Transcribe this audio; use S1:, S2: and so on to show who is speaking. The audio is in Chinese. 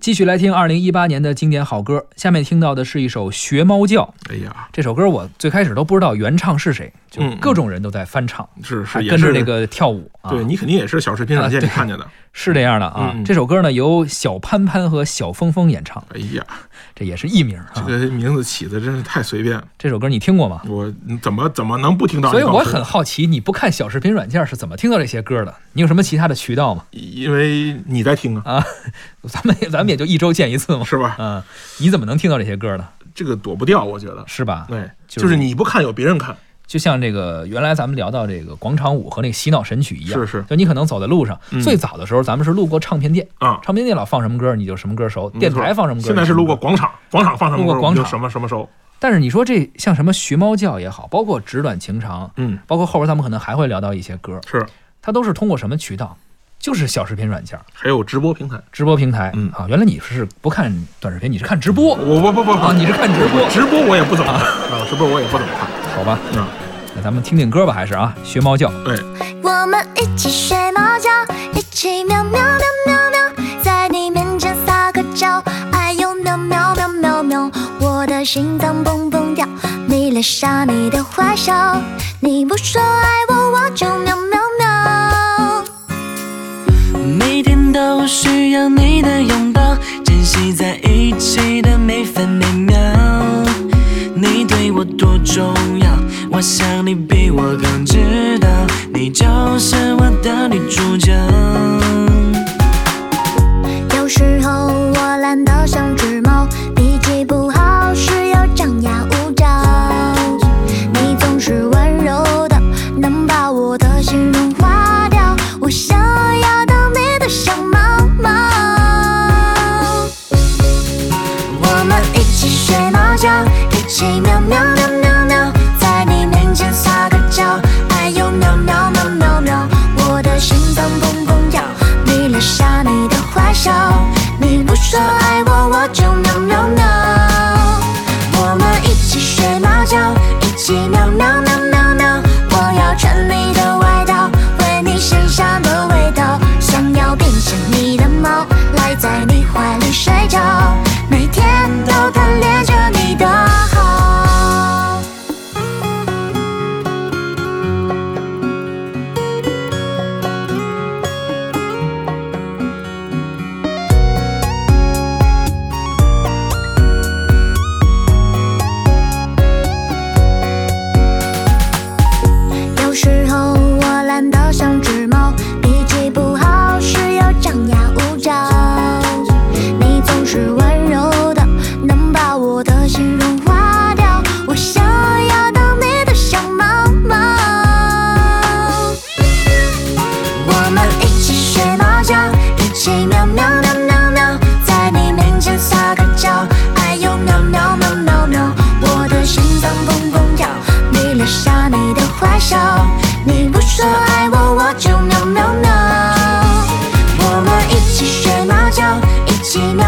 S1: 继续来听二零一八年的经典好歌，下面听到的是一首《学猫叫》。
S2: 哎呀，
S1: 这首歌我最开始都不知道原唱是谁，就
S2: 嗯嗯
S1: 各种人都在翻唱，
S2: 是是
S1: 还
S2: 也
S1: 跟着
S2: 是
S1: 那，个跳舞啊。
S2: 对你肯定也是小视频软件里看见的。
S1: 是这样的啊。
S2: 嗯嗯
S1: 这首歌呢由小潘潘和小峰峰演唱，
S2: 哎呀，
S1: 这也是艺名啊。
S2: 这个名字起的真是太随便，
S1: 这首歌你听过吗？
S2: 我怎么怎么能不听到？
S1: 所以我很，好奇，你不看小视频软件是怎么听到这些歌的？你有什么其他的渠道吗？
S2: 因为你在听啊，
S1: 啊，咱们也咱们也就一周见一次嘛。
S2: 是吧？
S1: 嗯，你怎么能听到这些歌呢？
S2: 这个躲不掉，我觉得。
S1: 是吧？
S2: 对，
S1: 就是
S2: 就是你不看有别人看，
S1: 就像这个原来咱们聊到这个广场舞和那个洗脑神曲一样，
S2: 是是
S1: 就你可能走在路上，
S2: 嗯
S1: 最早的时候咱们是路过唱片店，
S2: 啊。
S1: 唱片店老放什么歌你就什么歌熟，
S2: 没错
S1: 电台放什么歌
S2: 现在是路过
S1: 你就什么歌。
S2: 广场，广场放什么
S1: 路嗯过
S2: 歌
S1: 广
S2: 我们
S1: 场
S2: 就什么什么时候？
S1: 但是你说这像什么学猫叫也好，包括纸短情长，
S2: 嗯，
S1: 包括后边咱们可能还会聊到一些歌，
S2: 是，
S1: 它都是通过什么渠道？就是小视频软件、
S2: 还有直播平台。
S1: 直播平台。
S2: 嗯
S1: 啊，原来你是不看短视频，你是看直播
S2: 我我不不
S1: 啊？
S2: 不，
S1: 你是看直播？
S2: 直播我也不怎么看啊，直播我也不怎么看。
S1: 好吧，
S2: 嗯，
S1: 那咱们听听歌吧，还是啊，学猫叫。
S2: 哎，
S3: 我们一起睡猫觉，一起喵喵喵喵喵，在你面前撒个娇，哎呦喵喵喵喵喵，我的心脏蹦蹦跳，你恋上你的坏笑，你不说爱我，我就喵喵喵。
S4: 每天都需要你的拥抱，珍惜在一起的每分每秒。你对我多重要，我想你比我更知道，你就是我的女主角。
S3: 有时候我懒得像只猫，脾气不好时又张牙舞爪。你总是温柔的，能把我的心融化掉。我想要当你的小猫猫。我们一起睡猫觉，一起喵喵喵喵喵，在你面前撒个娇，哎呦喵喵喵喵喵，我的心脏砰砰跳，你恋上你的坏笑，你不说爱我，我就喵喵喵。我们一起睡猫觉，一起喵喵喵喵喵，我要穿你的外套，闻你身上的味道，想要变成你的猫，赖在你怀里睡觉，每天都贪恋着你的好。有时候我懒得像只猫，脾气不好时又张牙舞爪。你总是温柔的，能把我的心融化掉。我想要当你的小猫猫。我们一起睡猫觉，一起喵喵喵喵喵，在你面前撒个娇，哎呦喵喵喵喵喵，我的心脏砰砰跳，你恋上你的坏笑，你不说爱我，我就喵喵喵。我们一起睡猫觉，一起喵